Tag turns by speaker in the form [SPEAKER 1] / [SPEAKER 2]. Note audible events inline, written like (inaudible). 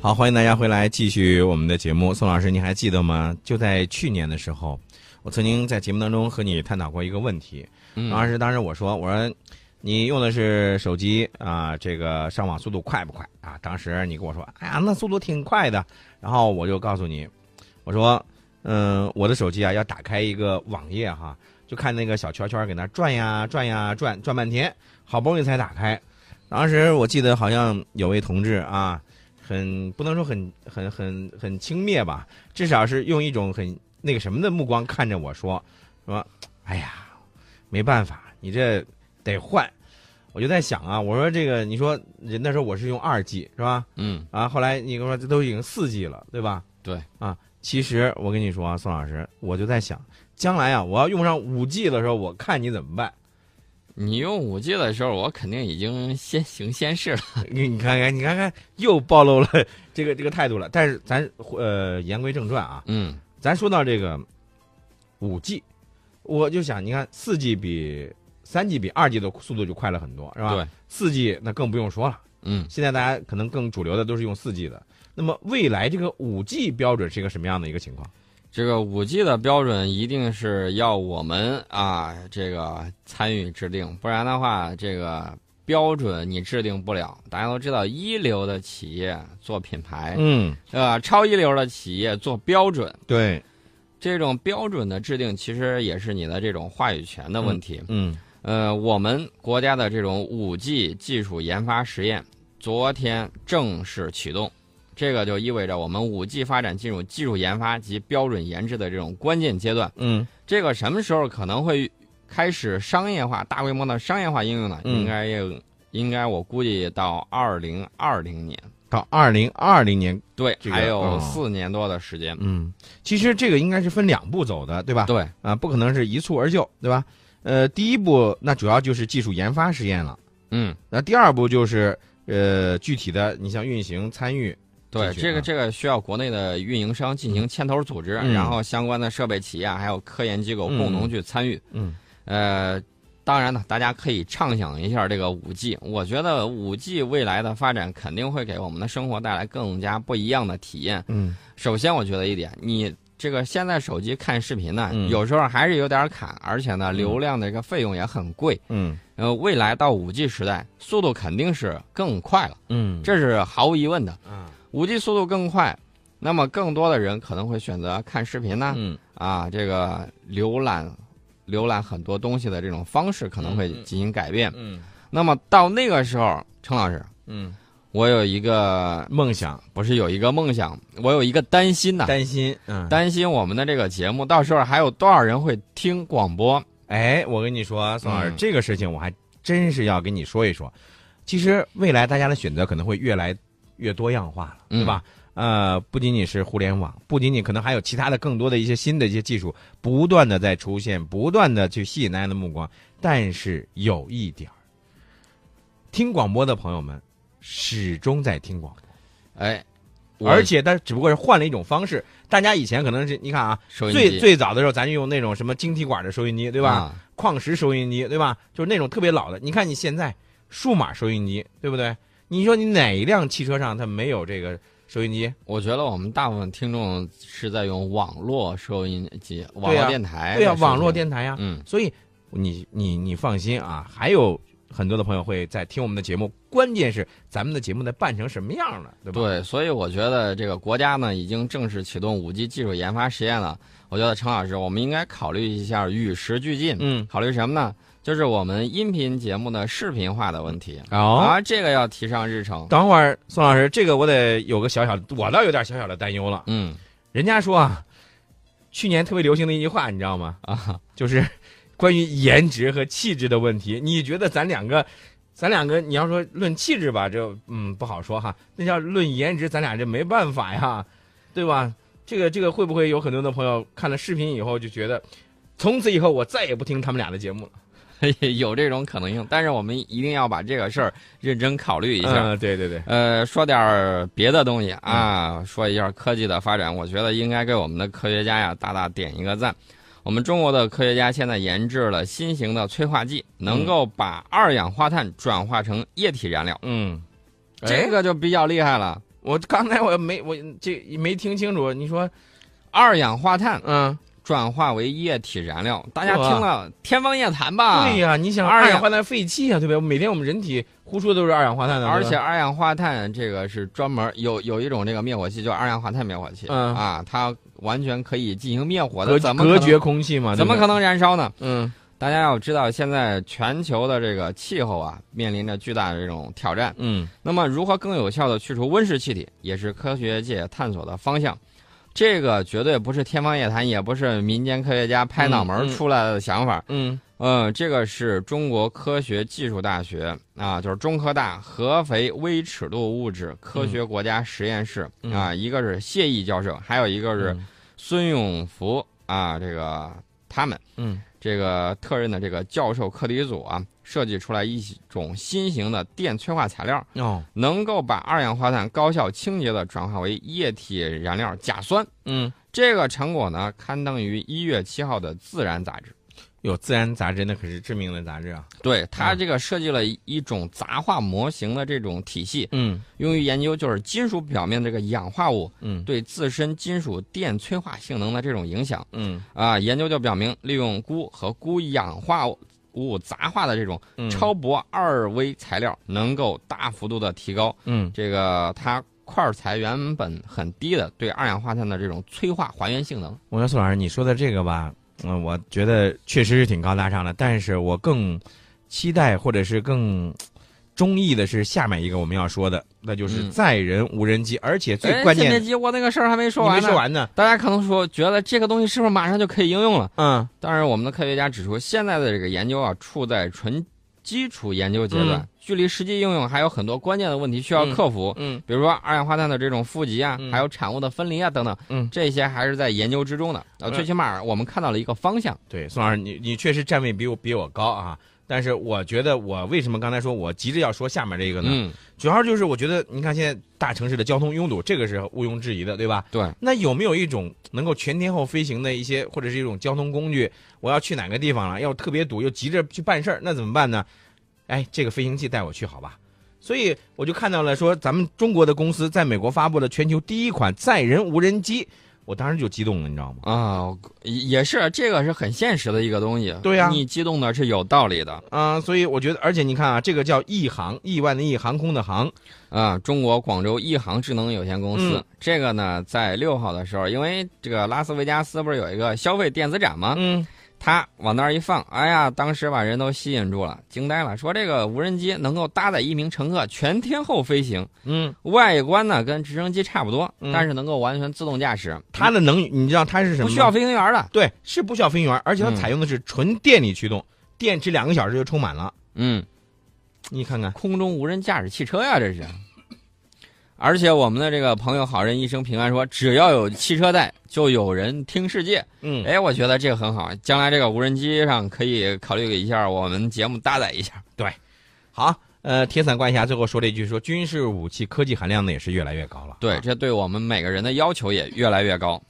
[SPEAKER 1] 好，欢迎大家回来继续我们的节目。宋老师，你还记得吗？就在去年的时候，我曾经在节目当中和你探讨过一个问题。
[SPEAKER 2] 嗯
[SPEAKER 1] 当时，当时我说，我说你用的是手机啊、这个上网速度快不快啊？当时你跟我说，哎呀，那速度挺快的。然后我就告诉你，我说，嗯、我的手机啊，要打开一个网页哈，就看那个小圈圈给那转呀转呀转，转半天，好不容易才打开。当时我记得好像有位同志啊，很不能说很很很很轻蔑吧，至少是用一种很那个什么的目光看着我说，说，哎呀，没办法，你这得换。我就在想啊，我说这个，你说人那时候我是用二 G 是吧？
[SPEAKER 2] 嗯，
[SPEAKER 1] 啊，后来你跟我说这都已经四 G 了，对吧？
[SPEAKER 2] 对
[SPEAKER 1] 啊，其实我跟你说啊，宋老师，我就在想，将来啊，我要用上五 G 的时候，我看你怎么办？
[SPEAKER 2] 你用五 G 的时候，我肯定已经先行先试了。
[SPEAKER 1] 你你看看，你看看，又暴露了这个这个态度了。但是咱呃，言归正传啊，
[SPEAKER 2] 嗯，
[SPEAKER 1] 咱说到这个五 G，我就想，你看四 G 比三 G 比二 G 的速度就快了很多，是吧？
[SPEAKER 2] 对，
[SPEAKER 1] 四 G 那更不用说了，
[SPEAKER 2] 嗯，
[SPEAKER 1] 现在大家可能更主流的都是用四 G 的。那么未来这个五 G 标准是一个什么样的一个情况？
[SPEAKER 2] 这个五 G 的标准一定是要我们啊，这个参与制定，不然的话，这个标准你制定不了。大家都知道，一流的企业做品牌，
[SPEAKER 1] 嗯，
[SPEAKER 2] 对吧？超一流的企业做标准，
[SPEAKER 1] 对，
[SPEAKER 2] 这种标准的制定其实也是你的这种话语权的问题。
[SPEAKER 1] 嗯
[SPEAKER 2] 呃，我们国家的这种五 G 技术研发实验，昨天正式启动。这个就意味着我们五 G 发展进入技术研发及标准研制的这种关键阶段。
[SPEAKER 1] 嗯
[SPEAKER 2] 这个什么时候可能会开始商业化、大规模的商业化应用呢？
[SPEAKER 1] 嗯
[SPEAKER 2] 应该也有应该我估计到二零二零年，
[SPEAKER 1] 到二零二零年，
[SPEAKER 2] 对，
[SPEAKER 1] 这个
[SPEAKER 2] 还有
[SPEAKER 1] 哦
[SPEAKER 2] 四年多的时间。
[SPEAKER 1] 嗯，其实这个应该是分两步走的，对吧？
[SPEAKER 2] 对，
[SPEAKER 1] 啊，不可能是一蹴而就，对吧？呃，第一步那主要就是技术研发实验了，
[SPEAKER 2] 嗯，
[SPEAKER 1] 那第二步就是呃具体的，你像运行参与，
[SPEAKER 2] 对，
[SPEAKER 1] 继续
[SPEAKER 2] 这
[SPEAKER 1] 啊
[SPEAKER 2] 个这个需要国内的运营商进行牵头组织，
[SPEAKER 1] 嗯
[SPEAKER 2] 然后相关的设备企业啊还有科研机构
[SPEAKER 1] 嗯
[SPEAKER 2] 共同去参与。
[SPEAKER 1] 嗯
[SPEAKER 2] 呃，当然呢，大家可以畅想一下这个五 G。我觉得五 G 未来的发展肯定会给我们的生活带来更加不一样的体验。
[SPEAKER 1] 嗯
[SPEAKER 2] 首先，我觉得一点，你这个现在手机看视频呢，
[SPEAKER 1] 嗯
[SPEAKER 2] 有时候还是有点卡，而且呢，流量的这个费用也很贵。
[SPEAKER 1] 嗯
[SPEAKER 2] 呃，未来到五 G 时代，速度肯定是更快了，
[SPEAKER 1] 嗯，
[SPEAKER 2] 这是毫无疑问的。
[SPEAKER 1] 啊
[SPEAKER 2] 五 G 速度更快，那么更多的人可能会选择看视频呢、
[SPEAKER 1] 嗯
[SPEAKER 2] 啊，这个浏览浏览很多东西的这种方式可能会
[SPEAKER 1] 嗯嗯
[SPEAKER 2] 进行改变。
[SPEAKER 1] 嗯
[SPEAKER 2] 那么到那个时候，陈老师，
[SPEAKER 1] 嗯，
[SPEAKER 2] 我有一个
[SPEAKER 1] 梦想
[SPEAKER 2] 不是有一个梦想，我有一个担心呐、
[SPEAKER 1] 担心，嗯，
[SPEAKER 2] 担心我们的这个节目到时候还有多少人会听广播？
[SPEAKER 1] 哎，我跟你说，宋老师，
[SPEAKER 2] 嗯
[SPEAKER 1] 这个事情我还真是要跟你说一说。其实未来大家的选择可能会越来越多样化了，对吧？呃，不仅仅是互联网，不仅仅可能还有其他的更多的一些新的一些技术，不断的在出现，不断的去吸引大家的目光。但是有一点儿，听广播的朋友们始终在听广播，
[SPEAKER 2] 哎，我
[SPEAKER 1] 而且它只不过是换了一种方式。大家以前可能是你看啊，
[SPEAKER 2] 收音
[SPEAKER 1] 最
[SPEAKER 2] 机
[SPEAKER 1] 最早的时候，咱就用那种什么晶体管的收音机，对吧？
[SPEAKER 2] 啊
[SPEAKER 1] 矿石收音机，对吧？就是那种特别老的。你看你现在数码收音机，对不对？你说你哪一辆汽车上它没有这个收音机？
[SPEAKER 2] 我觉得我们大部分听众是在用网络收音机、网
[SPEAKER 1] 对
[SPEAKER 2] 络
[SPEAKER 1] 啊
[SPEAKER 2] 电台
[SPEAKER 1] 对呀、
[SPEAKER 2] 在收
[SPEAKER 1] 网络
[SPEAKER 2] 听，
[SPEAKER 1] 电台呀、
[SPEAKER 2] 嗯，
[SPEAKER 1] 所以你你你放心啊，还有很多的朋友会在听我们的节目，关键是咱们的节目得办成什么样了，对吧？
[SPEAKER 2] 对，所以我觉得这个国家呢已经正式启动五 G 技术研发实验了。我觉得陈老师，我们应该考虑一下与时俱进。
[SPEAKER 1] 嗯，
[SPEAKER 2] 考虑什么呢？就是我们音频节目的视频化的问题。
[SPEAKER 1] 好、
[SPEAKER 2] 啊，这个要提上日程。
[SPEAKER 1] 等会儿宋老师，这个我得有个小小，我倒有点小小的担忧了。
[SPEAKER 2] 嗯 (laughs)
[SPEAKER 1] 人家说啊，去年特别流行的一句话，你知道吗？
[SPEAKER 2] 啊，
[SPEAKER 1] 就是关于颜值和气质的问题。你觉得咱两个，咱两个，你要说论气质吧，这嗯不好说哈。那要论颜值，咱俩这没办法呀，对吧？这个这个会不会有很多的朋友看了视频以后就觉得，从此以后我再也不听他们俩的节目了？
[SPEAKER 2] 有这种可能性，但是我们一定要把这个事儿认真考虑一下。
[SPEAKER 1] 嗯对对对，
[SPEAKER 2] 呃，说点儿别的东西啊，
[SPEAKER 1] 嗯
[SPEAKER 2] 说一下科技的发展，我觉得应该给我们的科学家呀大大点一个赞。我们中国的科学家现在研制了新型的催化剂，能够把二氧化碳转化成液体燃料，
[SPEAKER 1] 嗯，
[SPEAKER 2] 这
[SPEAKER 1] 哎
[SPEAKER 2] 个就比较厉害了。
[SPEAKER 1] 我刚才我没我这没听清楚，你说
[SPEAKER 2] 二氧化碳
[SPEAKER 1] 嗯，
[SPEAKER 2] 转化为液体燃料，大家
[SPEAKER 1] 哇
[SPEAKER 2] 听了天方夜谭吧？
[SPEAKER 1] 对呀、你想
[SPEAKER 2] 啊二
[SPEAKER 1] 二
[SPEAKER 2] 氧
[SPEAKER 1] 氧化碳废气啊，对吧？每天我们人体呼出的都是二氧化碳的，
[SPEAKER 2] 而
[SPEAKER 1] 对
[SPEAKER 2] 且
[SPEAKER 1] 吧
[SPEAKER 2] 二氧化碳这个是专门有有一种这个灭火器，叫二氧化碳灭火器、
[SPEAKER 1] 嗯
[SPEAKER 2] 啊，它完全可以进行灭火的，
[SPEAKER 1] 隔
[SPEAKER 2] 怎么可能
[SPEAKER 1] 隔绝空气嘛，
[SPEAKER 2] 怎么可
[SPEAKER 1] 能？
[SPEAKER 2] 能燃烧呢？
[SPEAKER 1] 嗯
[SPEAKER 2] 大家要知道，现在全球的这个气候啊，面临着巨大的这种挑战。
[SPEAKER 1] 嗯
[SPEAKER 2] 那么，如何更有效的去除温室气体，也是科学界探索的方向。这个绝对不是天方夜谭，也不是民间科学家拍脑门儿
[SPEAKER 1] 嗯嗯
[SPEAKER 2] 出来的想法。
[SPEAKER 1] 嗯
[SPEAKER 2] 嗯，这个是中国科学技术大学啊，就是中科大合肥微尺度物质科学国家实验室、
[SPEAKER 1] 嗯
[SPEAKER 2] 啊，一个是谢毅教授，还有一个是
[SPEAKER 1] 嗯
[SPEAKER 2] 孙永福啊，这个他们
[SPEAKER 1] 嗯
[SPEAKER 2] 这个特任的这个教授课题组啊，设计出来一种新型的电催化材料，
[SPEAKER 1] 哦
[SPEAKER 2] 能够把二氧化碳高效清洁的转化为液体燃料甲酸。
[SPEAKER 1] 嗯，
[SPEAKER 2] 这个成果呢，刊登于一月七号的《自然》杂志。
[SPEAKER 1] 有《自然》杂志那可是知名的杂志啊。
[SPEAKER 2] 对它
[SPEAKER 1] 嗯
[SPEAKER 2] 这个设计了一种杂化模型的这种体系，
[SPEAKER 1] 嗯
[SPEAKER 2] 用于研究就是金属表面这个氧化物
[SPEAKER 1] 嗯
[SPEAKER 2] 对自身金属电催化性能的这种影响
[SPEAKER 1] 嗯
[SPEAKER 2] 啊。研究就表明，利用钴和钴氧化物杂化的这种
[SPEAKER 1] 嗯，
[SPEAKER 2] 超薄二维材料，能够大幅度的提高
[SPEAKER 1] 嗯
[SPEAKER 2] 这个它块材原本很低的对二氧化碳的这种催化还原性能。
[SPEAKER 1] 我说宋老师，你说的这个吧，嗯、我觉得确实是挺高大上的，但是我更期待或者是更呃中意的是下面一个我们要说的，那就是
[SPEAKER 2] 嗯
[SPEAKER 1] 载人无人机，而且最
[SPEAKER 2] 哎
[SPEAKER 1] 关
[SPEAKER 2] 现在
[SPEAKER 1] 键，
[SPEAKER 2] 机我那个事儿还没说
[SPEAKER 1] 你
[SPEAKER 2] 完
[SPEAKER 1] 没
[SPEAKER 2] 呢。
[SPEAKER 1] 说完呢，
[SPEAKER 2] 大家可能说，觉得这个东西是不是马上就可以应用了？
[SPEAKER 1] 嗯
[SPEAKER 2] 当然，我们的科学家指出，现在的这个研究啊，处在纯基础研究阶段，
[SPEAKER 1] 嗯
[SPEAKER 2] 距离实际应用还有很多关键的问题需要克服，
[SPEAKER 1] 嗯
[SPEAKER 2] 比如说二氧化碳的这种富集啊，
[SPEAKER 1] 嗯
[SPEAKER 2] 还有产物的分离啊等等，
[SPEAKER 1] 嗯，
[SPEAKER 2] 这些还是在研究之中的。呃，
[SPEAKER 1] 嗯
[SPEAKER 2] 最起码我们看到了一个方向。
[SPEAKER 1] 对，宋老师，你你确实站位比我比我高啊。但是我觉得，我为什么刚才说我急着要说下面这个呢？
[SPEAKER 2] 嗯，
[SPEAKER 1] 主要就是我觉得，你看现在大城市的交通拥堵，这个是毋庸置疑的，对吧？
[SPEAKER 2] 对。
[SPEAKER 1] 那有没有一种能够全天候飞行的一些，或者是一种交通工具？我要去哪个地方了，要特别堵，又急着去办事儿，那怎么办呢？哎，这个飞行器带我去好吧？所以我就看到了说，咱们中国的公司在美国发布了全球第一款载人无人机，我当时就激动了，你知道吗？
[SPEAKER 2] 啊，也也是，这个是很现实的一个东西。
[SPEAKER 1] 对呀
[SPEAKER 2] 你激动的是有道理的
[SPEAKER 1] 啊、所以我觉得，而且你看啊，这个叫亿航，亿万的亿，航空的航，
[SPEAKER 2] 啊！中国广州亿航智能有限公司，
[SPEAKER 1] 嗯
[SPEAKER 2] 这个呢，在六号的时候，因为这个拉斯维加斯不是有一个消费电子展吗？
[SPEAKER 1] 嗯
[SPEAKER 2] 他往那儿一放，哎呀，当时把人都吸引住了，惊呆了，说这个无人机能够搭载一名乘客全天候飞行，
[SPEAKER 1] 嗯，
[SPEAKER 2] 外观呢跟直升机差不多，
[SPEAKER 1] 嗯
[SPEAKER 2] 但是能够完全自动驾驶，
[SPEAKER 1] 它的能，你知道它是什么
[SPEAKER 2] 不
[SPEAKER 1] 吗？
[SPEAKER 2] 需要飞行员的。
[SPEAKER 1] 对，是不需要飞行员，而且它
[SPEAKER 2] 嗯
[SPEAKER 1] 采用的是纯电力驱动，电池两个小时就充满了。
[SPEAKER 2] 嗯，
[SPEAKER 1] 你看看，
[SPEAKER 2] 空中无人驾驶汽车呀，这是。而且我们的这个朋友好人一生平安说，只要有汽车在，就有人听世界。
[SPEAKER 1] 嗯，
[SPEAKER 2] 哎，我觉得这个很好，将来这个无人机上可以考虑一下，我们节目搭载一下。
[SPEAKER 1] 好，呃，铁伞怪侠最后说了一句说，军事武器科技含量呢也是越来越高了。
[SPEAKER 2] 对，这对我们每个人的要求也越来越高。